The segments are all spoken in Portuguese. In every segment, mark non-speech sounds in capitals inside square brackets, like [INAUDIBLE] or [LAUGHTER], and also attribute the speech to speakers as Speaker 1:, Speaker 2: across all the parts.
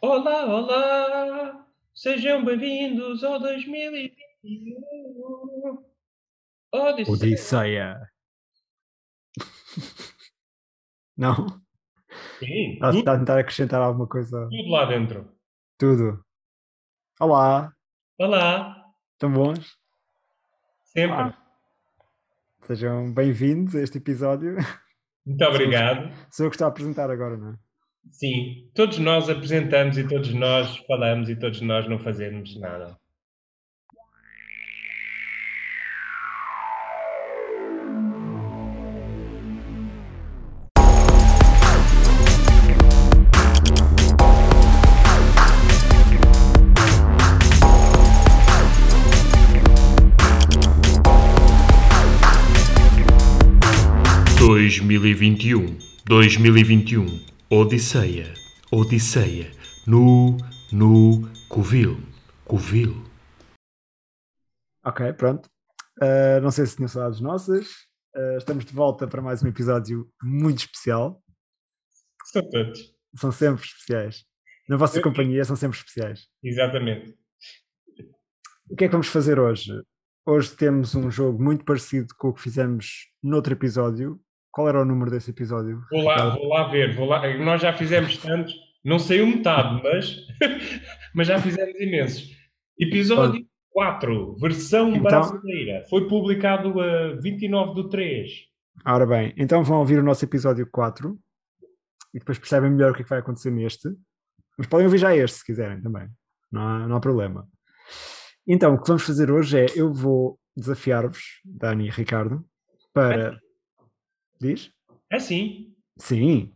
Speaker 1: Olá, olá! Sejam bem-vindos ao 2021! Odisseia!
Speaker 2: Odisseia. [LAUGHS] Não?
Speaker 1: Sim,
Speaker 2: Está
Speaker 1: tudo,
Speaker 2: está a tentar acrescentar alguma coisa?
Speaker 1: tudo lá dentro.
Speaker 2: Tudo. Olá,
Speaker 1: Olá!
Speaker 2: estão bons?
Speaker 1: Sempre!
Speaker 2: Sejam bem-vindos a este episódio. [LAUGHS]
Speaker 1: Muito obrigado.
Speaker 2: Sou eu que estou a apresentar agora, não é?
Speaker 1: Sim, todos nós apresentamos e todos nós falamos e todos nós não fazemos nada.
Speaker 3: Dois mil e vinte e um, dois mil e vinte e um, Odisseia, Odisseia, nu, nu, Covil, Covil.
Speaker 2: Ok, pronto. Ah, não sei se tinham saudades nossas. Ah, estamos de volta para mais um episódio muito especial.
Speaker 1: São todos.
Speaker 2: São sempre especiais. Na vossa
Speaker 1: Eu-
Speaker 2: companhia são sempre especiais.
Speaker 1: Exatamente.
Speaker 2: O que é que vamos fazer hoje? Hoje temos um jogo muito parecido com o que fizemos noutro episódio. Qual era o número desse episódio?
Speaker 1: Vou lá, vou lá ver, vou lá. Nós já fizemos tantos, não saiu metade, mas, [LAUGHS] mas já fizemos imensos. Episódio 4, versão
Speaker 2: Então-
Speaker 1: brasileira. Foi publicado a 29 do 3.
Speaker 2: Ora bem, então vão ouvir o nosso episódio 4 e depois percebem melhor o que é que vai acontecer neste. Mas podem ouvir já este se quiserem também, não há, não há problema. Então, o que vamos fazer hoje é eu vou desafiar-vos, Dani e Ricardo, para. Diz?
Speaker 1: É sim.
Speaker 2: Sim.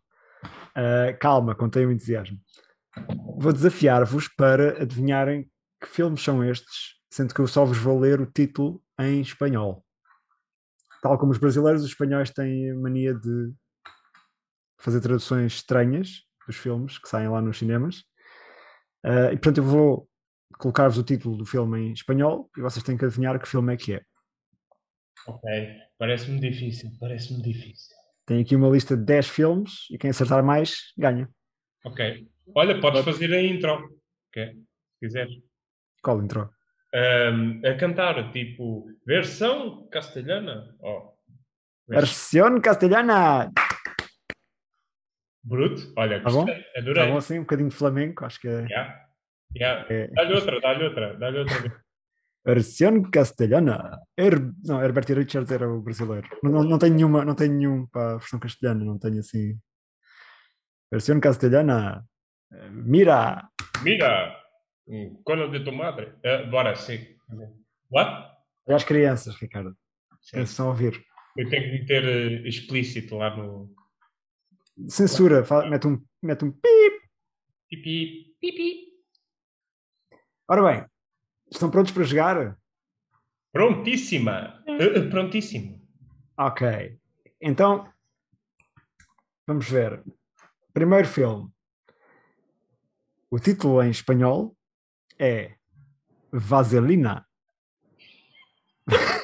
Speaker 2: Ah, calma, contei o entusiasmo. Vou desafiar-vos para adivinharem que filmes são estes, sendo que eu só vos vou ler o título em espanhol. Tal como os brasileiros, os espanhóis têm a mania de fazer traduções estranhas dos filmes que saem lá nos cinemas. Ah, e portanto, eu vou colocar-vos o título do filme em espanhol e vocês têm que adivinhar que filme é que é.
Speaker 1: Ok. Parece-me difícil, parece-me difícil.
Speaker 2: Tem aqui uma lista de 10 filmes e quem acertar mais ganha.
Speaker 1: Ok. Olha, podes fazer a intro. Ok. Se quiseres.
Speaker 2: Qual entrou?
Speaker 1: Ahm, a cantar, tipo, versão castelhana. Oh.
Speaker 2: Versión castelhana!
Speaker 1: Bruto. Olha,
Speaker 2: Tá bom?
Speaker 1: gostei. Adorei.
Speaker 2: Está bom assim, um bocadinho de flamenco, acho que é.
Speaker 1: Já. Já.
Speaker 2: é.
Speaker 1: Dá-lhe outra, dá-lhe outra, dá-lhe outra.
Speaker 2: Versión castelhana. Her- Er-, Não, Herbert Richards era o brasileiro. Não, não, não tenho nenhuma, não tenho nenhum para a versão castelhana, não tenho assim. Versión castelhana. Eh, Mira!
Speaker 1: Mira, hum, cola de tu madre. Ah, bora, sim. What?
Speaker 2: Olha as crianças, Ricardo. As
Speaker 1: Sim.
Speaker 2: crianças estão a ouvir.
Speaker 1: Eu tenho que meter eh, explícito lá no.
Speaker 2: Censura, fa- mete um, mete um pip.
Speaker 1: Pipi, pipi.
Speaker 2: Ora bem, estão prontos para jogar?
Speaker 1: Prontíssima. Eh, eh, prontíssimo.
Speaker 2: Ok. Então, vamos ver. Primeiro filme. O título em espanhol é Vaselina. [LAUGHS]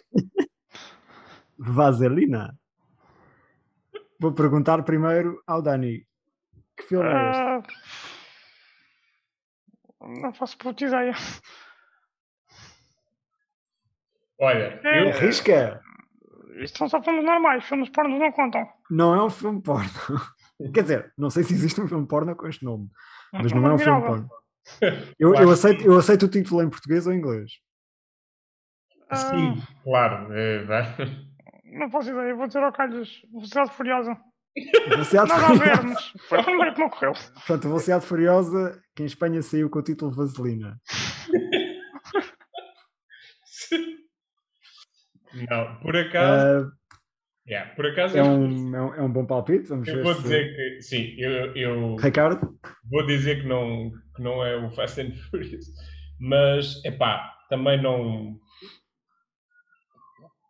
Speaker 2: Vaselina. Vou perguntar primeiro ao Dani. Que filme é este?
Speaker 4: Ah, Não faço puta ideia.
Speaker 1: Olha,
Speaker 4: É.
Speaker 1: eu,
Speaker 2: Arrisca!
Speaker 4: Isto são só filmes normais, filmes pornos não contam.
Speaker 2: Não é um filme porno. [LAUGHS] Quer dizer, não sei se existe um filme porno com este nome, mas não é um filme porno.
Speaker 4: admirável.
Speaker 2: Eu, eu,
Speaker 1: Claro.
Speaker 2: aceito, eu aceito o título em português ou em inglês.
Speaker 4: Ah,
Speaker 1: sim, claro. eh, vá. [LAUGHS]
Speaker 4: não faço ideia, vou dizer ao Calhas, Velocidade Furiosa.
Speaker 2: Velocidade
Speaker 4: Nada a ver,
Speaker 2: Furiosa.
Speaker 4: mas foi a primeira que me ocorreu.
Speaker 2: Portanto, Velocidade Furiosa, que em Espanha saiu com o título Vaselina.
Speaker 1: Não, por acaso.
Speaker 2: Ah,
Speaker 1: yeah, por acaso
Speaker 2: é,
Speaker 1: eu-
Speaker 2: um, é, um, é um bom palpite. Vamos
Speaker 1: eu
Speaker 2: ver
Speaker 1: vou
Speaker 2: se-
Speaker 1: dizer que. Sim, eu, eu
Speaker 2: Ricardo,
Speaker 1: vou dizer que não, que não é o Fast and Furious. Mas, epá, também não.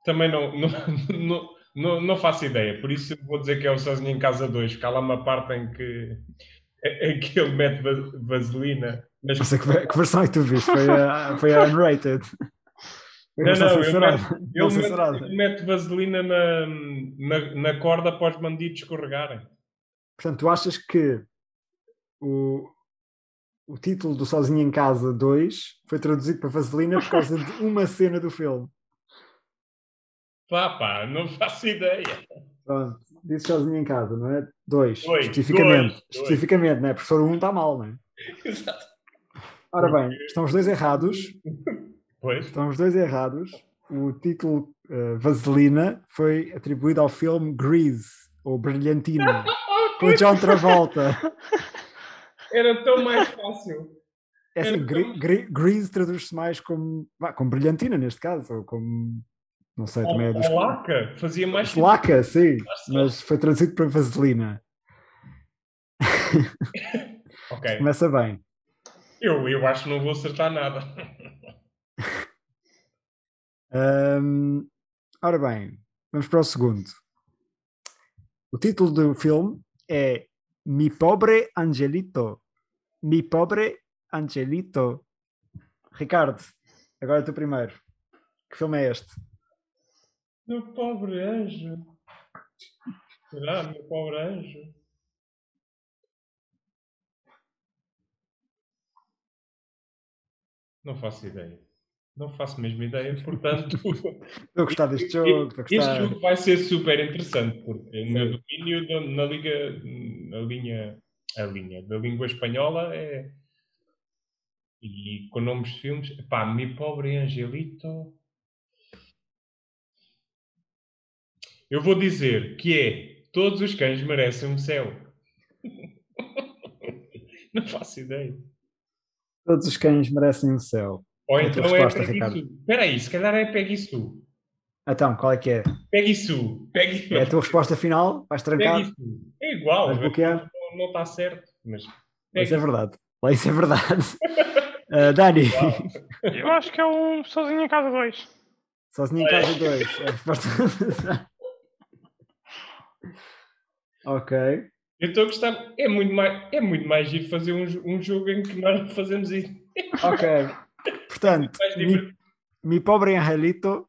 Speaker 1: Também não, não, não, não, não faço ideia. Por isso vou dizer que é o Sozinho em Casa 2, porque há lá uma parte em que, em que ele mete va- vaselina. Mas
Speaker 2: não sei que, ve- que versão é que tu viste? Foi a, foi a unrated.
Speaker 1: Não,
Speaker 2: Foi a versão
Speaker 1: não, eu
Speaker 2: censurada.
Speaker 1: ele
Speaker 2: Versão censurada.
Speaker 1: mete, ele mete vaselina na, na, na corda para os bandidos escorregarem.
Speaker 2: Portanto, tu achas que o, o título do Sozinho em Casa 2 foi traduzido para Vaselina por causa de uma cena do filme.
Speaker 1: Pá, pá, não faço ideia. [LAUGHS]
Speaker 2: Pronto, disse Sozinho em Casa, não é? 2,
Speaker 1: Dois,
Speaker 2: especificamente.
Speaker 1: dois, dois.
Speaker 2: Especificamente, não é? Professor 1 um está mal, não é?
Speaker 1: Exato.
Speaker 2: Ora bem, estão os dois errados.
Speaker 1: Pois,
Speaker 2: Estão os dois errados. O título eh, Vaselina foi atribuído ao filme Grease, ou
Speaker 1: [LAUGHS]
Speaker 2: Brilhantina, com John Travolta.
Speaker 1: era tão mais fácil.
Speaker 2: É assim,
Speaker 1: Era
Speaker 2: gre-
Speaker 1: tão-
Speaker 2: gre- grease traduz-se mais como, vá, como brilhantina, neste caso, ou como, não sei, também é dos...
Speaker 1: Ou laca, fazia mais sentido.
Speaker 2: Placa, sim, mas foi traduzido para vaselina.
Speaker 1: Ok,
Speaker 2: Começa bem.
Speaker 1: eu, eu acho que não vou acertar nada. [LAUGHS]
Speaker 2: Ahm, ora bem, vamos para o segundo. O título do filme é Mi Pobre Angelito. Mi Pobre Angelito. Ricardo, agora é tu primeiro. Que filme é este?
Speaker 1: Meu pobre anjo. Será, meu pobre anjo? Não faço ideia. Não faço mesmo ideia, portanto.
Speaker 2: Estou a gostar deste
Speaker 1: este-
Speaker 2: jogo, estou a
Speaker 1: Este
Speaker 2: gostar.
Speaker 1: jogo vai ser super interessante, porque
Speaker 2: Sim.
Speaker 1: no domínio, da, na liga, na linha, a linha da língua espanhola é. E com nomes de filmes, pá, Mi Pobre Angelito. Eu vou dizer que é Todos os cães merecem um céu. [LAUGHS] Não faço ideia.
Speaker 2: Todos os cães merecem o céu.
Speaker 1: Ou
Speaker 2: É a tua
Speaker 1: então é
Speaker 2: resposta,
Speaker 1: Peggy
Speaker 2: Ricardo.
Speaker 1: Sue. Espera aí, se calhar é Peggy Sue.
Speaker 2: Então, qual é que é?
Speaker 1: Peggy Sue. Peggy-
Speaker 2: É a tua resposta final? Vais
Speaker 1: Pega
Speaker 2: trancar?
Speaker 1: isso. É igual,
Speaker 2: Vais
Speaker 1: mas
Speaker 2: bloquear?
Speaker 1: não- não está certo. Mas
Speaker 2: Lá
Speaker 1: pega
Speaker 2: Isso é
Speaker 1: isso.
Speaker 2: verdade. Lá isso é verdade. [LAUGHS] Ah, Dani,
Speaker 4: Eu acho que é um Sozinho em Casa 2.
Speaker 2: sozinho em casa dois. É a resposta. [LAUGHS] ok.
Speaker 1: eu estou a gostar. É muito mais, é muito mais giro fazer um, jo- um jogo em que nós não fazemos isso.
Speaker 2: Ok. Portanto,
Speaker 1: Mais divertido.
Speaker 2: mi, mi pobre Angelito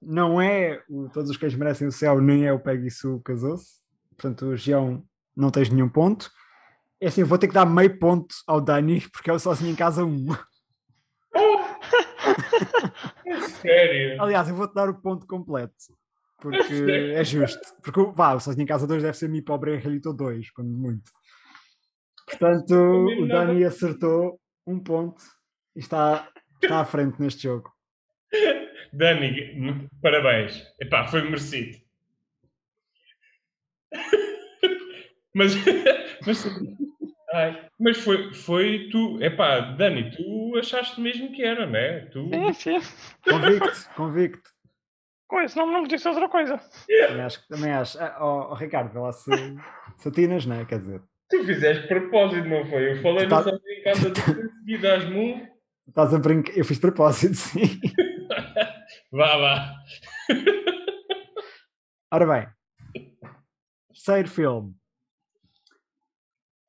Speaker 2: não é o Todos os Cães Merecem o Céu, nem é o Peggy Sue Casou-se. Portanto, o Gião não tens nenhum ponto. É assim, eu vou ter que dar meio ponto ao Dani, porque é o sozinho em casa um.
Speaker 1: Sério.
Speaker 2: Aliás, eu vou-te dar o ponto completo. Porque
Speaker 1: Sério?
Speaker 2: é justo. Porque, o- vá, o Sozinho em Casa 2 deve ser Mi Pobre Angelito 2, quando muito. Portanto, o
Speaker 1: Combinado.
Speaker 2: Dani acertou um ponto e está, está à frente neste jogo.
Speaker 1: Dani, mu- parabéns. Epá, foi merecido. [LAUGHS] Mas, [LAUGHS] mas, ai, mas foi, foi tu. Epá, Dani, tu achaste mesmo que era, não é? Tu,
Speaker 4: Sim, sim.
Speaker 2: Convicto, convicto.
Speaker 4: Com esse nome não me disse outra coisa.
Speaker 2: Também acho. que- Também acho. Ah, ó, ó, Ricardo, vê lá se, se atinas, não é? Quer dizer,
Speaker 1: tu fizeste de propósito, não foi? Eu falei
Speaker 2: Tá-
Speaker 1: no Sozinho em casa de seguida às mãos.
Speaker 2: estás a brincar. Eu fiz de propósito, [LAUGHS] sim.
Speaker 1: Vá, vá. [LAUGHS]
Speaker 2: Ora bem. Terceiro filme.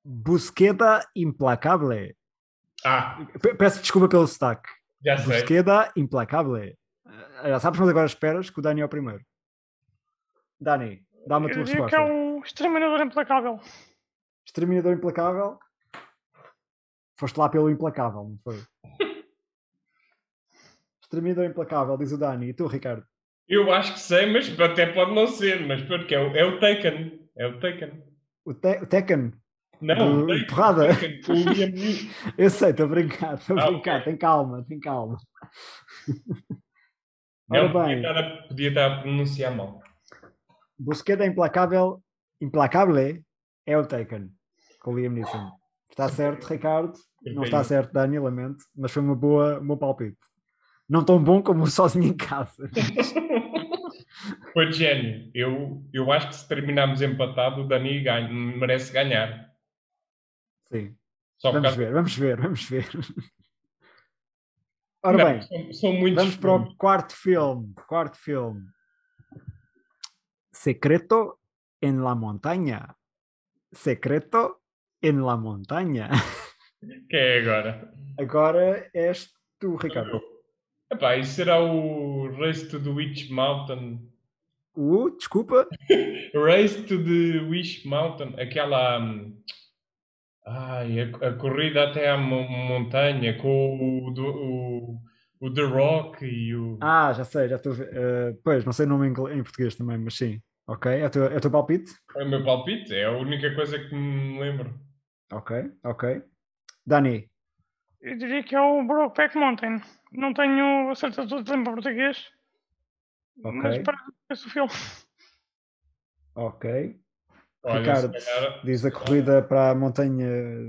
Speaker 2: Busqueda Implacable.
Speaker 1: Ah,
Speaker 2: Pe- Peço desculpa pelo sotaque.
Speaker 1: já sei.
Speaker 2: Busqueda implacable. Ah, Já sabes, mas agora esperas que o Dani é o primeiro. Dani, dá-me a tua
Speaker 4: Eu diria
Speaker 2: resposta.
Speaker 4: que é o Exterminador Implacável.
Speaker 2: Exterminador implacável. Foste lá pelo implacável, não
Speaker 4: [LAUGHS]
Speaker 2: foi? Exterminador implacável, diz o Dani. E tu, Ricardo?
Speaker 1: Eu acho que sei, mas até pode não ser, mas porque é o, é o Taken. É o Taken.
Speaker 2: O, te o Tekken?
Speaker 1: Não,
Speaker 2: Do-
Speaker 1: o Taken, [LAUGHS]
Speaker 2: porrada.
Speaker 1: o Taken, o Liam Neeson.
Speaker 2: Eu sei, estou a brincar, estou a
Speaker 1: um Ah,
Speaker 2: brincar.
Speaker 1: ok.
Speaker 2: Tem calma, tem calma.
Speaker 1: Não,
Speaker 2: [LAUGHS] Ora
Speaker 1: podia,
Speaker 2: bem,
Speaker 1: estar a, podia estar a pronunciar mal.
Speaker 2: Busqueda implacável, implacable é o Taken, com o Liam Neeson. Está certo, Ricardo? Não está
Speaker 1: Perfeito.
Speaker 2: certo, Dani, lamento, mas foi uma boa, um bom palpite. Não tão bom como o sozinho em [LAUGHS] casa.
Speaker 1: Foi de gênio. Eu, eu acho que se terminarmos empatado, o Dani ganha, merece ganhar.
Speaker 2: Sim,
Speaker 1: Só por
Speaker 2: vamos
Speaker 1: causa.
Speaker 2: ver, vamos ver, vamos ver. Ora
Speaker 1: Não,
Speaker 2: bem,
Speaker 1: são, são muitos.
Speaker 2: vamos para o quarto filme. Quarto filme. Secreto en la montaña. Secreto en la montaña.
Speaker 1: Quem é agora?
Speaker 2: Agora és tu, Ricardo.
Speaker 1: Epá, isso será o Race to the Witch Mountain.
Speaker 2: O, desculpa,
Speaker 1: Race to the Wish Mountain, aquela. hum, Ai, a, a corrida até à mo- montanha com o, do- o, o The Rock e o.
Speaker 2: Ah, já sei, já estou a ver. Eh, pois, não sei o nome em, ingle- em português também, mas sim. Ok, é o teu, é o teu palpite?
Speaker 1: É o meu palpite, é a única coisa que me lembro.
Speaker 2: Ok, ok. Dani,
Speaker 4: Eu diria que é o Brokeback Mountain. Não tenho a certeza do tempo em português. Mas
Speaker 2: Ok.
Speaker 4: parece que é esse filme.
Speaker 2: ok.
Speaker 1: Olha, se
Speaker 2: Ricardo
Speaker 1: calhar-
Speaker 2: diz a corrida para a montanha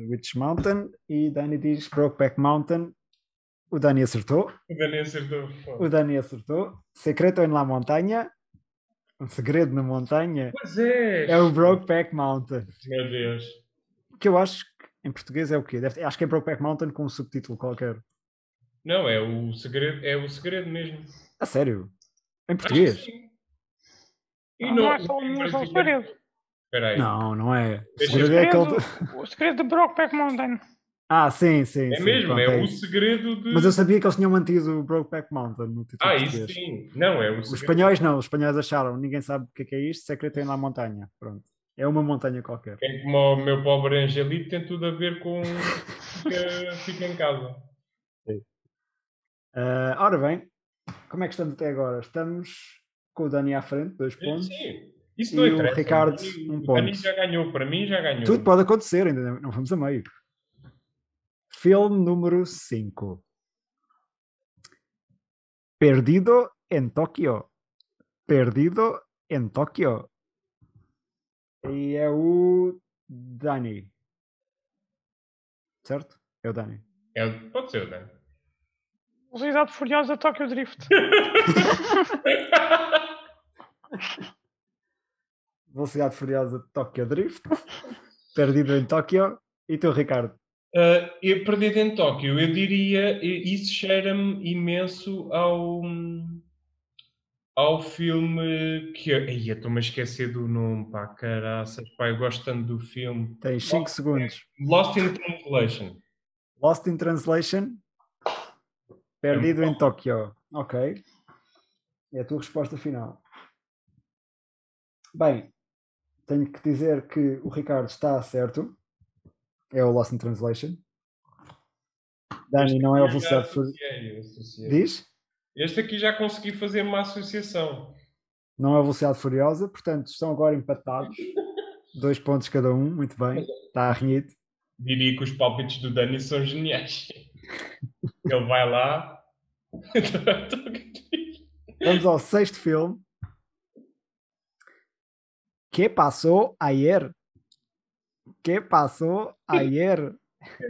Speaker 2: Witch Mountain e Dani diz Brokeback Mountain. O Dani acertou.
Speaker 1: o Dani acertou.
Speaker 2: O Dani acertou. Secreto em La Montanha. Um segredo na montanha.
Speaker 1: Pois é!
Speaker 2: É o Brokeback Mountain.
Speaker 1: Meu Deus.
Speaker 2: Que eu acho que em português é o quê? Deve- acho que é Brokeback Mountain com um subtítulo qualquer.
Speaker 1: Não, é o segredo, é o segredo mesmo.
Speaker 2: A sério? Em
Speaker 1: Acho que
Speaker 2: português?
Speaker 1: sim. E
Speaker 4: Não, é só, não é só o segredo.
Speaker 1: Espera aí.
Speaker 2: Não, não é. O
Speaker 1: Deixa
Speaker 2: segredo
Speaker 4: eu-
Speaker 2: é aquele.
Speaker 4: O segredo de Brokeback Mountain.
Speaker 2: Ah, sim, sim.
Speaker 1: É
Speaker 2: sim,
Speaker 1: mesmo,
Speaker 2: pronto,
Speaker 1: é
Speaker 2: é
Speaker 1: o
Speaker 2: isso.
Speaker 1: segredo de.
Speaker 2: Mas eu sabia que eles tinham mantido o Brokeback Mountain no título
Speaker 1: Ah, isso
Speaker 2: português.
Speaker 1: sim. Não, é o
Speaker 2: Os
Speaker 1: segredo.
Speaker 2: espanhóis não, os espanhóis acharam, ninguém sabe o que é, que é isto, secreto em lá montanha. Pronto. É uma montanha qualquer.
Speaker 1: É como o meu pobre Angelito tem tudo a ver com. Fica, fica em casa.
Speaker 2: Ah, ora bem, como é que estamos até agora? Estamos com o Dani à frente, dois [LAUGHS] pontos.
Speaker 1: Sim. Isso
Speaker 2: E
Speaker 1: não
Speaker 2: o
Speaker 1: interessa.
Speaker 2: Ricardo,
Speaker 1: Dani-
Speaker 2: um
Speaker 1: o Dani
Speaker 2: ponto.
Speaker 1: já ganhou, para mim já ganhou.
Speaker 2: Tudo pode acontecer, ainda não vamos a meio. Filme número 5. Perdido em Tóquio. Perdido em Tóquio. E é o Dani. Certo? É o Dani.
Speaker 1: É, pode ser, Dani.
Speaker 4: Velocidade Furiosa Tokyo Drift.
Speaker 2: Velocidade Furiosa de Tóquio Drift. [LAUGHS] Perdido em Tóquio. E tu, Ricardo?
Speaker 1: Ah, eu perdido em Tóquio, eu diria, e- isso cheira-me imenso ao, ao filme que. Ai, eu estou-me a esquecer do nome, pá, caraças, pá, eu gosto tanto do filme.
Speaker 2: Tens 5 segundos.
Speaker 1: Lost in Translation.
Speaker 2: Lost in Translation. Perdido em Tóquio. Ok. É a tua resposta final. Bem, tenho que dizer que o Ricardo está certo. É o Lost in Translation. Dani, não é o velocidade. Fur-
Speaker 1: Associei, associei.
Speaker 2: Diz?
Speaker 1: Este aqui já consegui fazer uma associação.
Speaker 2: Não é a velocidade furiosa, portanto estão agora empatados. Dois pontos cada um, muito bem. Está arrinhido.
Speaker 1: Diria que os palpites do Dani são geniais. Ele vai lá.
Speaker 2: Vamos ao sexto filme. Que passou ayer? Que passou ayer?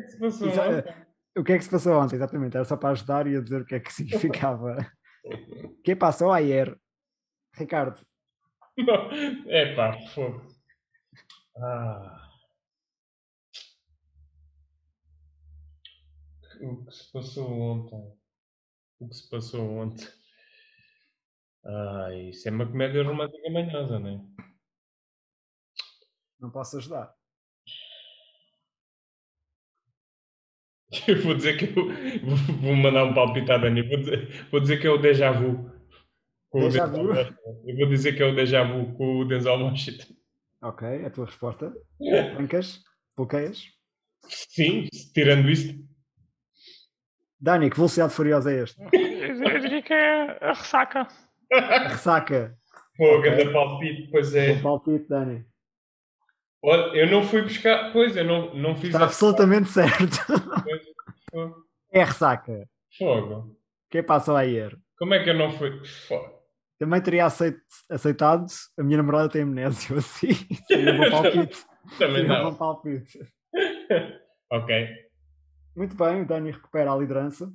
Speaker 1: Se fosse um
Speaker 2: Isso é-
Speaker 1: homem.
Speaker 2: O que é que se passou ontem? Exatamente, era só para ajudar e a dizer o que é que significava. Que passou ayer? Ricardo,
Speaker 1: Não. É pá, fogo. Ah. O que se passou ontem? O que se passou ontem? Ah, isso é uma comédia romântica manhosa, não é?
Speaker 2: não posso ajudar.
Speaker 1: Eu vou dizer que eu [LAUGHS] vou mandar um palpite à Dani. Vou dizer, vou dizer que é o déjà vu. Com o
Speaker 2: Déjà
Speaker 1: Denzel
Speaker 2: vu?
Speaker 1: Washington. Eu vou dizer que é o déjà vu com o Denzel Washington.
Speaker 2: Ok, a tua resposta. Brancas? Bloqueias?
Speaker 1: Sim, tirando isto.
Speaker 2: Dani, que velocidade furiosa é este? É
Speaker 4: Eu eu diria que é a ressaca.
Speaker 2: Ressaca.
Speaker 1: Pô,
Speaker 2: Ok.
Speaker 1: grande palpite, pois é.
Speaker 2: Bom palpite, Dani.
Speaker 1: Olha, eu não fui buscar. Pois, eu não, não fiz
Speaker 2: Está
Speaker 1: a-
Speaker 2: absolutamente certo. É ressaca.
Speaker 1: Fogo.
Speaker 2: Que passou ayer?
Speaker 1: Como é que eu não fui? Fogo.
Speaker 2: Também teria aceit- aceitado. A minha namorada tem amnésia, [LAUGHS] assim. Seria um bom palpite.
Speaker 1: [LAUGHS] Também
Speaker 2: Seria um bom
Speaker 1: não.
Speaker 2: palpite.
Speaker 1: Ok.
Speaker 2: Muito bem, o Dani recupera a liderança.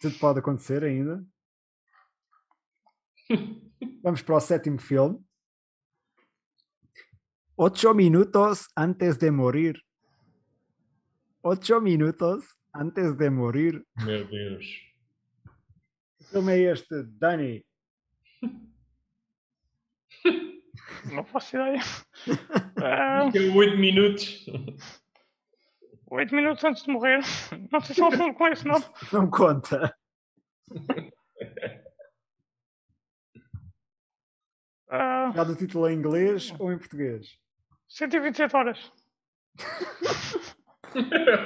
Speaker 2: Tudo pode
Speaker 1: [LAUGHS]
Speaker 2: acontecer ainda. Vamos para o sétimo filme. Ocho minutos antes de morir. Ocho minutos antes de morir.
Speaker 1: Meu Deus.
Speaker 2: Que filme é este, Dani?
Speaker 4: Não faço ideia. Ah,
Speaker 1: Tem 8 minutos. [LAUGHS]
Speaker 4: Oito minutos antes de morrer. Não sei se é um filme com esse nome.
Speaker 2: Não conta.
Speaker 4: Ah, Ah,
Speaker 2: Já do título em inglês ou em português?
Speaker 4: 127 horas.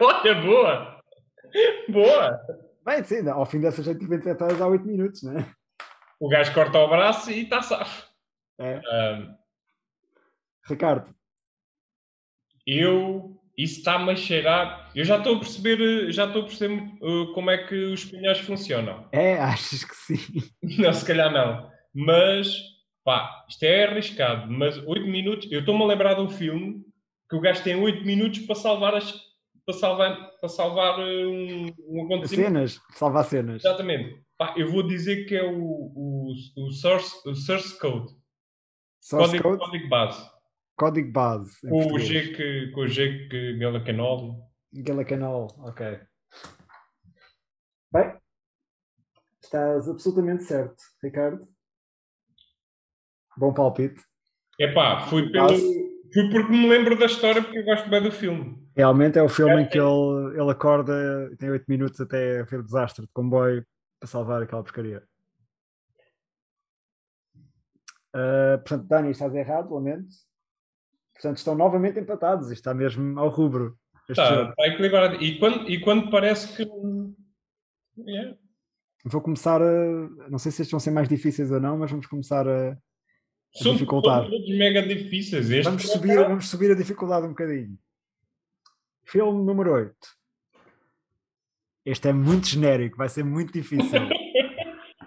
Speaker 1: Olha, boa! Boa!
Speaker 2: Bem, sim, ao fim dessas 127 horas há 8 minutos, não é?
Speaker 1: O gajo corta o braço e está safo.
Speaker 2: É.
Speaker 1: Ahm,
Speaker 2: [LAUGHS] Ricardo,
Speaker 1: eu. Isso está-me a cheirar. Eu já estou a perceber, eh, já estou a perceber eh, como é que os pinhões funcionam. [LAUGHS]
Speaker 2: é, [LAUGHS] achas que sim?
Speaker 1: Não, se calhar não. Mas, pá, isto é arriscado. Mas 8 minutos. Eu estou-me a lembrar de um filme que o gajo tem 8 minutos para salvar as. Para salvar, para salvar eh, um, um acontecimento.
Speaker 2: Cenas, salvar cenas.
Speaker 1: Exatamente. Pá, eu vou dizer que é o, o, o, source, o source code.
Speaker 2: Source
Speaker 1: código,
Speaker 2: code,
Speaker 1: código base.
Speaker 2: código base. em
Speaker 1: Com o
Speaker 2: português.
Speaker 1: G que, com o G que Galacanoli.
Speaker 2: Gala Canal, ok. Bem, estás absolutamente certo, Ricardo. Bom palpite.
Speaker 1: Epá, foi, pelo, foi porque me lembro da história porque eu gosto bem do filme.
Speaker 2: Realmente é o filme em que ele, ele acorda e tem 8 minutos até ver o desastre de comboio para salvar aquela porcaria. Ah, portanto, Dani, estás errado, lamento. Portanto, estão novamente empatados. Isto está mesmo ao rubro. Este
Speaker 1: Tá,
Speaker 2: jogo.
Speaker 1: tá equilibrado. E quando, e quando parece que. Yeah.
Speaker 2: Vou começar a. Não sei se estes vão ser mais difíceis ou não, mas vamos começar a.
Speaker 1: São
Speaker 2: É dificultar.
Speaker 1: todos mega difíceis. Este
Speaker 2: Vamos subir, vamos subir a dificuldade um bocadinho. Filme número 8. Este é muito genérico, vai ser muito difícil.
Speaker 1: [LAUGHS]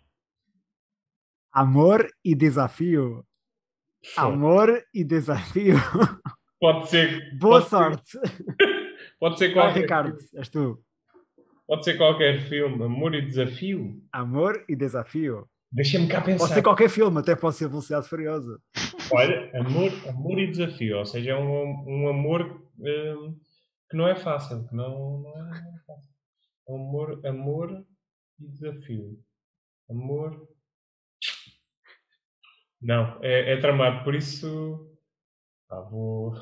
Speaker 2: Amor e desafio. Amor e desafio.
Speaker 1: pode ser.
Speaker 2: Boa
Speaker 1: pode ser-
Speaker 2: sorte.
Speaker 1: Pode ser,
Speaker 2: Vai,
Speaker 1: qualquer,
Speaker 2: [LAUGHS] Ricardo, és tu.
Speaker 1: pode ser qualquer filme. Amor e desafio.
Speaker 2: Amor e desafio.
Speaker 1: Deixa-me cá
Speaker 2: Pode
Speaker 1: pensar.
Speaker 2: ser qualquer filme, até pode ser Velocidade Furiosa.
Speaker 1: Olha, amor, amor e desafio, ou seja, é um, um amor hum, que não é fácil, que não, não é fácil. Amor, amor e desafio. Amor. Não, é, é tramado, por isso. pá, vou.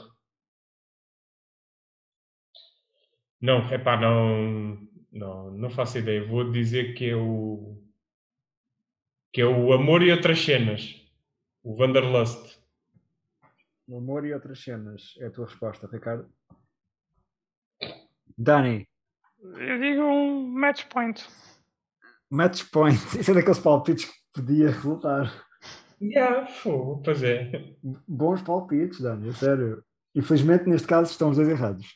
Speaker 1: Não, é pá, não, não. Não faço ideia. Vou dizer que é o. Que é o amor e outras cenas. O Wanderlust.
Speaker 2: Amor e outras cenas. É a tua resposta, Ricardo. Dani,
Speaker 4: Eu digo um match point.
Speaker 2: match point. [LAUGHS] Isso é daqueles palpites que podia resultar.
Speaker 1: Yeah, fogo, pois é.
Speaker 2: Bons palpites, Dani, a sério. Infelizmente, neste caso, estão os dois errados.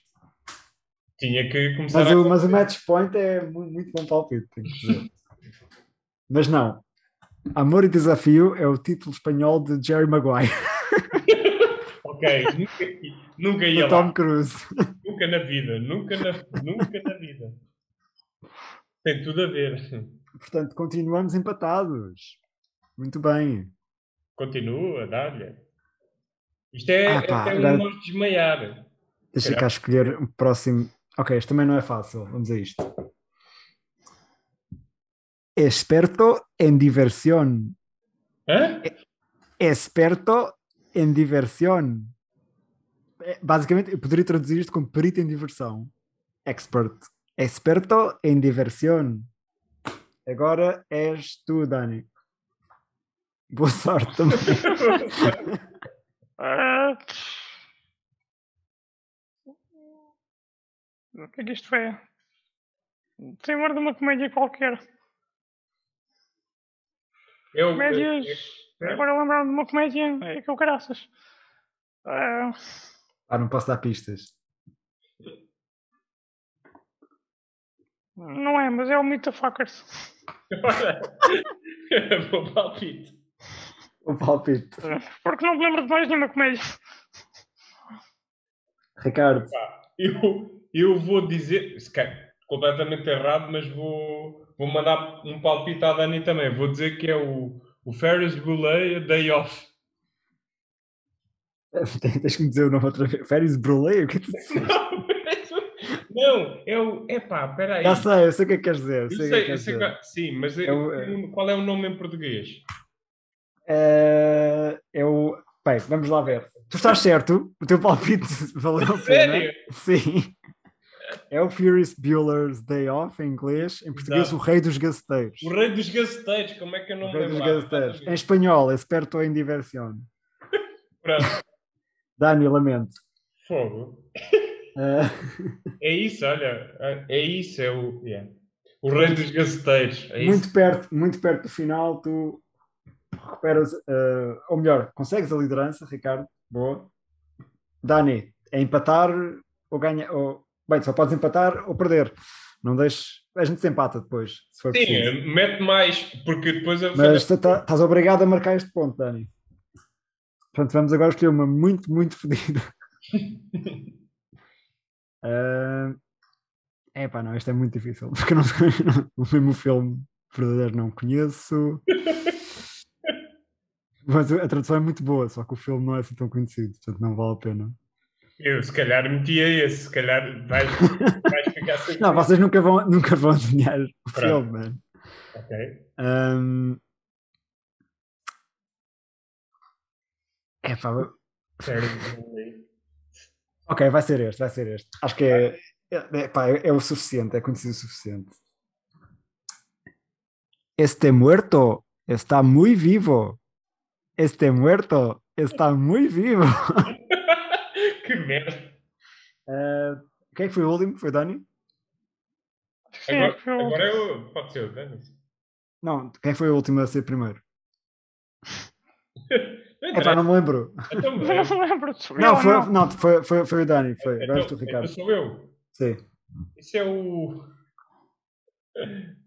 Speaker 1: Tinha que começar
Speaker 2: Mas
Speaker 1: a...
Speaker 2: o, mas o match point é mu- muito, bom palpite, tenho que dizer. mas não. Amor e Desafio é o título espanhol de Jerry Maguire,
Speaker 1: Ok, nunca, nunca ia
Speaker 2: do
Speaker 1: lá.
Speaker 2: Tom Cruise.
Speaker 1: Nunca na vida, nunca na, nunca na vida. Tem tudo a ver.
Speaker 2: Portanto, continuamos empatados. Muito bem.
Speaker 1: Continua, dá-lhe. Isto é,
Speaker 2: Ah, pá,
Speaker 1: é até
Speaker 2: agora-
Speaker 1: um nós desmaiar.
Speaker 2: Deixa
Speaker 1: Será?
Speaker 2: cá escolher o próximo. Ok, este também não é fácil. Vamos a isto. Experto em diversión. [LAUGHS]
Speaker 1: Hã?
Speaker 2: Experto em diversão. É, Basicamente, eu poderia traduzir isto como perito em diversão. Expert. Experto em diversão. Agora és tu, Dani. Boa sorte também.
Speaker 4: Ah, O que é que isto é? Tem mais de uma comédia qualquer.
Speaker 1: É o
Speaker 4: Comédias.
Speaker 1: [LAUGHS]
Speaker 4: Agora lembrar de uma comédia. É que eu caraças. Ah,
Speaker 2: [LAUGHS] Ah, não posso dar pistas.
Speaker 4: não é, mas é o Meet the Fuckers.
Speaker 1: [LAUGHS] Bom palpite.
Speaker 2: O palpite.
Speaker 4: Porque não me lembro de mais nenhuma comédia.
Speaker 2: Ricardo,
Speaker 1: Eu, eu vou dizer, se calhar, completamente errado, mas vou, vou mandar um palpite à Dani também. Vou dizer que é o, o Ferris Bueller Day Off. [LAUGHS]
Speaker 2: tens que me dizer o nome outra vez. Férias Brulé? O que é que tu disseste?
Speaker 1: Não, é o. Epá, peraí.
Speaker 2: Já sei, eu sei o que é que queres dizer. eu
Speaker 1: Eu
Speaker 2: sei
Speaker 1: sei,
Speaker 2: o que é que
Speaker 1: eu
Speaker 2: queres
Speaker 1: sei
Speaker 2: dizer.
Speaker 1: qual- sim, mas eu-
Speaker 2: É o-
Speaker 1: qual é o nome em português?
Speaker 2: Eh, eu. Bem, vamos lá ver. Tu estás certo, o teu palpite [LAUGHS] valeu a pena.
Speaker 1: Sério?
Speaker 2: Sim. É o Furious Bueller's Day Off, em inglês. Em português,
Speaker 1: Exato.
Speaker 2: o Rei dos Gaceteiros.
Speaker 1: O Rei dos Gaceteiros, como é que eu
Speaker 2: O
Speaker 1: não
Speaker 2: Rei
Speaker 1: lembro?
Speaker 2: dos Gaceteiros. Em espanhol, Experto em Diversão.
Speaker 1: Pronto,
Speaker 2: Dani, lamento.
Speaker 1: fogo.
Speaker 2: Ah,
Speaker 1: É isso, olha. É isso, é o. yeah. O rei dos gaceteiros. É isso.
Speaker 2: muito, perto, muito perto do final, tu recuperas, ah, ou melhor, consegues a liderança, Ricardo. Boa. Dani, é empatar ou ganhar. Ou, bem, só podes empatar ou perder. Não deixes. A gente desempata depois, se for preciso.
Speaker 1: Sim, mete mais, porque depois a
Speaker 2: Mas tu tá- estás obrigado a marcar este ponto, Dani. Portanto, vamos agora escolher uma muito, muito fodida. É pá, Ah, não, isto é muito difícil, porque eu não sei, não- o mesmo filme verdadeiro não conheço. Mas a tradução é muito boa, só que o filme não é assim tão conhecido, portanto não vale a pena.
Speaker 1: eu se calhar metia esse, se calhar vais,
Speaker 2: [LAUGHS]
Speaker 1: vais ficar sem.
Speaker 2: Não, vocês nunca vão, nunca vão adivinhar o
Speaker 1: Pronto.
Speaker 2: filme, é? mano.
Speaker 1: Ok.
Speaker 2: É pá,
Speaker 1: Sério. [LAUGHS]
Speaker 2: Ok, vai ser este, vai ser este. Acho que é, é, é, pá, é- é o suficiente, é conhecido o suficiente. Este muerto está muito vivo. Este muerto está muito vivo.
Speaker 1: que merda.
Speaker 2: [LAUGHS] Eh, quem é que foi o último? Foi o Dani?
Speaker 4: Sim, é
Speaker 1: Agora,
Speaker 4: que foi o-
Speaker 1: agora eu. Pode ser o Dani.
Speaker 2: Não, quem é foi o último a ser primeiro?
Speaker 1: Não
Speaker 2: É pá, não me lembro.
Speaker 1: interessa, então,
Speaker 4: Mas
Speaker 1: é-
Speaker 4: eu [LAUGHS] não lembro de
Speaker 2: Não, foi,
Speaker 4: não.
Speaker 2: não, foi, foi, foi o Dani. Foi. Agora és tu,
Speaker 1: então-
Speaker 2: Ricardo.
Speaker 1: então sou eu.
Speaker 2: Sim.
Speaker 1: Isso é o.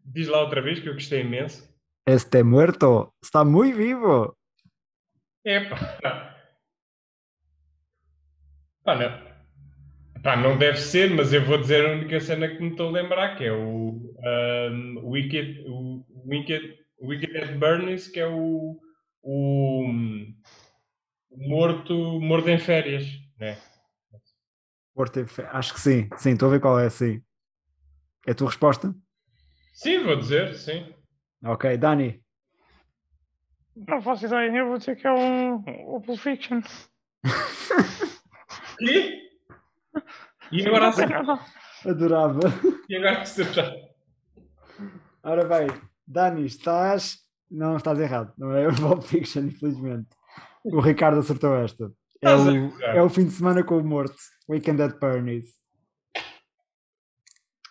Speaker 1: Diz lá outra vez que eu gostei imenso.
Speaker 2: Este muerto está muito vivo.
Speaker 1: É, Epá. Pá, não. Pá, não deve ser, mas eu vou dizer a única cena que me estou a lembrar, que é o ahm, Wicked, o Wicked, Wicked at Bernie's, que é o, o hum, morto, morto em férias, né?
Speaker 2: Morto em fe- Acho que sim, sim, estou a ver qual é, sim. É a tua resposta?
Speaker 1: Sim, vou dizer, sim.
Speaker 2: Ok, Dani.
Speaker 4: Não faço ideia, eu vou dizer que é um, o Pulp Fiction.
Speaker 1: E, e agora
Speaker 4: Não sei
Speaker 1: acertar.
Speaker 4: nada.
Speaker 2: Adorava.
Speaker 1: E agora acertar.
Speaker 2: É Ora bem, Dani, estás. Não estás errado, não é [LAUGHS] o Pulp Fiction, infelizmente. O Ricardo acertou esta. É
Speaker 1: Estás a
Speaker 2: o,
Speaker 1: gozar.
Speaker 2: é o fim de semana com o morto. Weekend at Bernie's.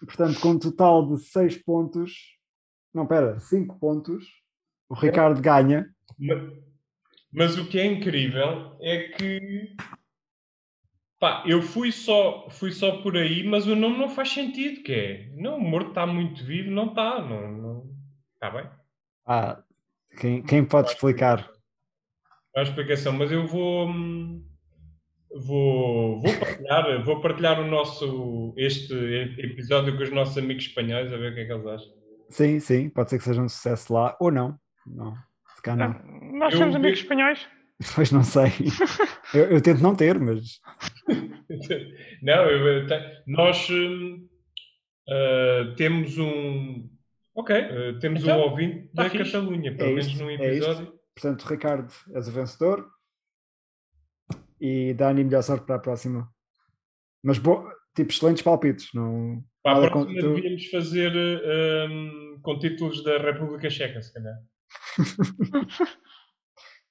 Speaker 2: Portanto, com um total de 6 pontos. Não, pera, 5 pontos. O Ricardo ganha.
Speaker 1: Ma- Mas o que é incrível é que pá, eu fui só, fui só por aí, mas o nome não faz sentido, que é. Não, o morto está muito vivo, não está, não, não. Está bem.
Speaker 2: Ah, quem, quem pode explicar?
Speaker 1: Não há É explicação, mas eu vou, hum, vou, vou partilhar, vou partilhar o nosso este episódio com os nossos amigos espanhóis a ver o que é que eles acham.
Speaker 2: Sim, sim, pode ser que seja um sucesso lá ou não. Não, se calhar não.
Speaker 4: Nós
Speaker 1: Eu
Speaker 4: temos
Speaker 1: vi-
Speaker 4: amigos espanhóis.
Speaker 2: [LAUGHS] Pois não sei. Eu, eu tento não ter, mas.
Speaker 1: [LAUGHS] Não, eu, eu te- nós hum, ah, temos um. Ok, ah, temos
Speaker 4: Então,
Speaker 1: um ouvinte
Speaker 4: tá
Speaker 1: da
Speaker 4: fixe.
Speaker 1: Catalunha, pelo
Speaker 2: É
Speaker 1: menos
Speaker 2: isto,
Speaker 1: num
Speaker 2: é
Speaker 1: episódio.
Speaker 2: Portanto, Ricardo, és o vencedor. E Dani, melhor sorte para a próxima. Mas, bo... tipo, excelentes palpites. Não...
Speaker 1: Para a
Speaker 2: Olha,
Speaker 1: próxima
Speaker 2: tu-
Speaker 1: devíamos fazer ah, hum, com títulos da República Checa, se calhar.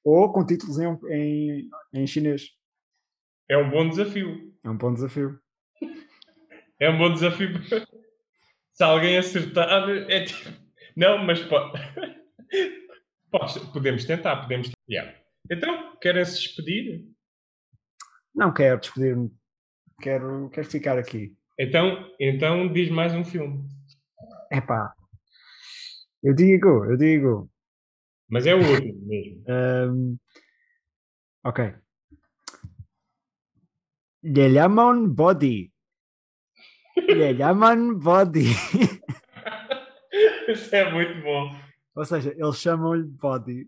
Speaker 2: Ou com títulos em, em, em chinês.
Speaker 1: É um bom desafio.
Speaker 2: É um bom desafio.
Speaker 1: É um bom desafio. [LAUGHS] se alguém acertar, é tipo. Não, mas [LAUGHS] pode. podemos tentar, podemos tentar. Então, querem se despedir?
Speaker 2: Não quero despedir-me. Quero, quero ficar aqui.
Speaker 1: Então, então diz mais um filme.
Speaker 2: Epá. Eu digo, eu digo.
Speaker 1: Mas é o último mesmo.
Speaker 2: Ahm, Ok. Le llaman body. Le llaman body.
Speaker 1: [LAUGHS] Isso é muito bom.
Speaker 2: Ou seja, eles chamam-lhe body.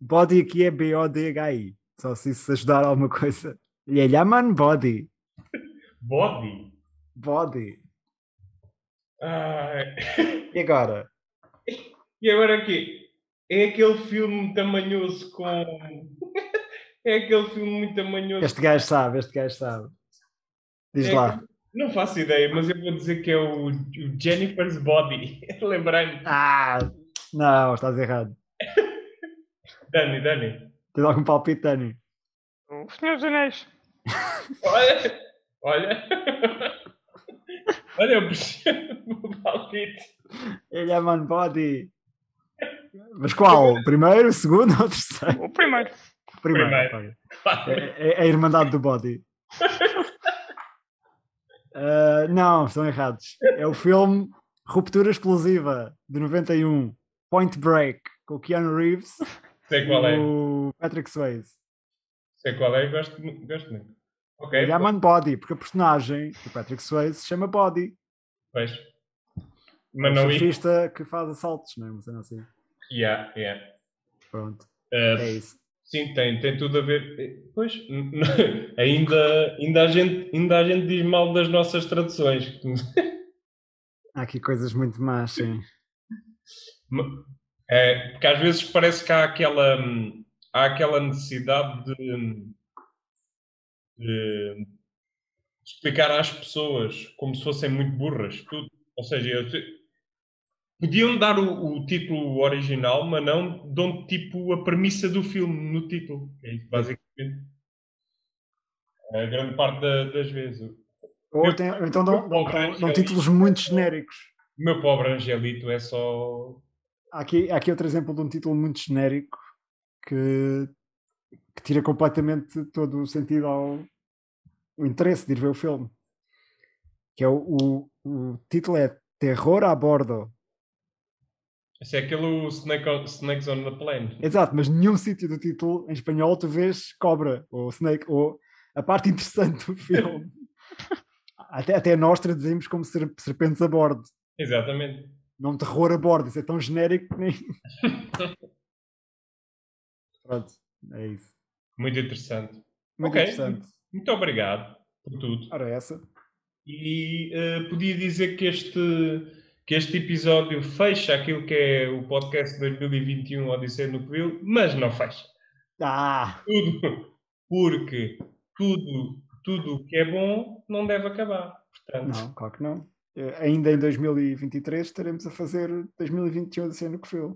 Speaker 2: Body aqui é B-O-D-H-I. Só se isso ajudar alguma coisa. Le llaman body.
Speaker 1: Body.
Speaker 2: Body.
Speaker 1: Ai.
Speaker 2: E agora?
Speaker 1: E agora o quê? É aquele filme tamanhoso com. [LAUGHS] É aquele filme muito tamanhoso.
Speaker 2: Este gajo sabe, este gajo sabe. Diz
Speaker 1: É
Speaker 2: lá.
Speaker 1: Não faço ideia, mas eu vou dizer que é o, o Jennifer's Body. [LAUGHS] Lembrei-me.
Speaker 2: Ah! Não, estás errado.
Speaker 1: Dani, Dani.
Speaker 2: Tens algum palpite, Dani?
Speaker 4: O Senhor dos Anéis.
Speaker 1: Olha, olha. [LAUGHS] Olha, eu percebo o palpite.
Speaker 2: Ele é man body. Mas qual? Primeiro, segundo ou terceiro?
Speaker 4: O primeiro.
Speaker 2: Primeiro.
Speaker 1: Primeiro.
Speaker 2: ok. É, é a Irmandade do Body.
Speaker 1: [LAUGHS]
Speaker 2: Ah, não, estão errados. É o filme Ruptura Explosiva, de 91. Point Break, com o Keanu Reeves
Speaker 1: Sei
Speaker 2: e
Speaker 1: qual é.
Speaker 2: o Patrick Swayze.
Speaker 1: Sei qual é e gosto, mu- gosto muito. Ok,
Speaker 2: Ele é man body, porque a personagem do Patrick Swayze se chama Body.
Speaker 1: pois.
Speaker 2: É
Speaker 1: Mas
Speaker 2: um
Speaker 1: não ia.
Speaker 2: surfista que faz assaltos, não é? Uma cena assim.
Speaker 1: Yeah, yeah.
Speaker 2: Pronto,
Speaker 1: Uh,
Speaker 2: é isso.
Speaker 1: Sim, tem, tem tudo a ver. Eh, Pois, [LAUGHS] n- n- ainda, ainda, a gente, ainda a gente diz mal das nossas traduções.
Speaker 2: Há aqui coisas muito más, sim.
Speaker 1: Ma- É, porque às vezes parece que há aquela, hum, há aquela necessidade de, hum, de explicar às pessoas como se fossem muito burras. Tudo. Ou seja, eu sei- podiam dar o, o título original, mas não dão tipo a premissa do filme no título. É isso, basicamente. A grande parte da- das vezes. O
Speaker 2: Ou, tem- ou então dão, dão- dão- dão títulos muito genéricos.
Speaker 1: meu pobre Angelito é só.
Speaker 2: Há aqui, há aqui outro exemplo de um título muito genérico que, que tira completamente todo o sentido ao o interesse de ir ver o filme. Que é o, o, o título é Terror a Bordo.
Speaker 1: Esse é aquele Snake on- Snakes on the Plane.
Speaker 2: Exato, mas nenhum sítio do título em espanhol tu vês cobra ou snake ou a parte interessante do filme. até, até nós traduzimos como ser- serpentes a bordo,
Speaker 1: Exatamente.
Speaker 2: não terror a bordo. Isso é tão genérico que nem. Pronto, é isso.
Speaker 1: Muito interessante.
Speaker 2: Muito
Speaker 1: Ok.
Speaker 2: interessante.
Speaker 1: Muito obrigado por tudo.
Speaker 2: Ora, essa.
Speaker 1: E eh, podia dizer que este, que este episódio fecha aquilo que é o podcast 2021 Odisseia um no Covil, mas não fecha.
Speaker 2: Ah,
Speaker 1: Tudo. [LAUGHS] Porque tudo tudo o que é bom não deve acabar. Portanto,
Speaker 2: não, claro que não. Eh, Ainda em 2023 estaremos a fazer 2021 de cena que foi.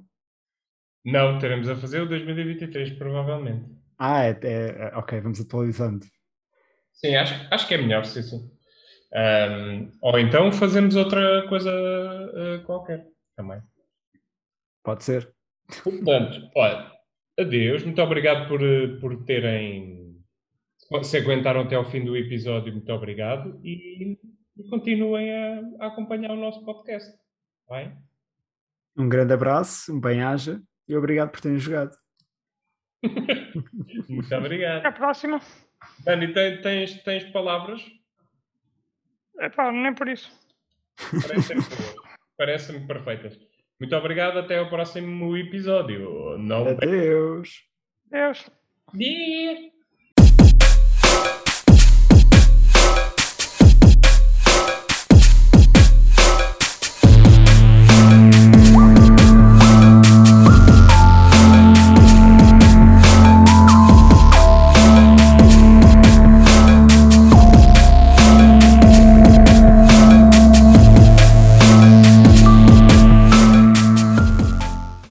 Speaker 1: não, teremos a fazer o 2023, provavelmente.
Speaker 2: Ah, é, é- é- ok, vamos atualizando.
Speaker 1: Sim, acho, acho que é melhor, sim, sim. Ahm, ou então fazemos outra coisa eh, qualquer também.
Speaker 2: Pode ser.
Speaker 1: Portanto, olha, adeus, muito obrigado por, eh, por terem. Se aguentaram até ao fim do episódio, muito obrigado. E, e continuem a, a acompanhar o nosso podcast. tá Bem?
Speaker 2: Um grande abraço, um bem-aja e obrigado por terem jogado.
Speaker 1: Muito
Speaker 4: Até [LAUGHS]
Speaker 1: obrigado.
Speaker 4: a próxima.
Speaker 1: Dani, tem- tens, tens palavras?
Speaker 4: Epá, nem por isso.
Speaker 1: Parecem-me boas. Parecem-me perfeitas. Muito obrigado, até ao próximo episódio. Não
Speaker 2: Adeus.
Speaker 4: Deus.
Speaker 1: perdi.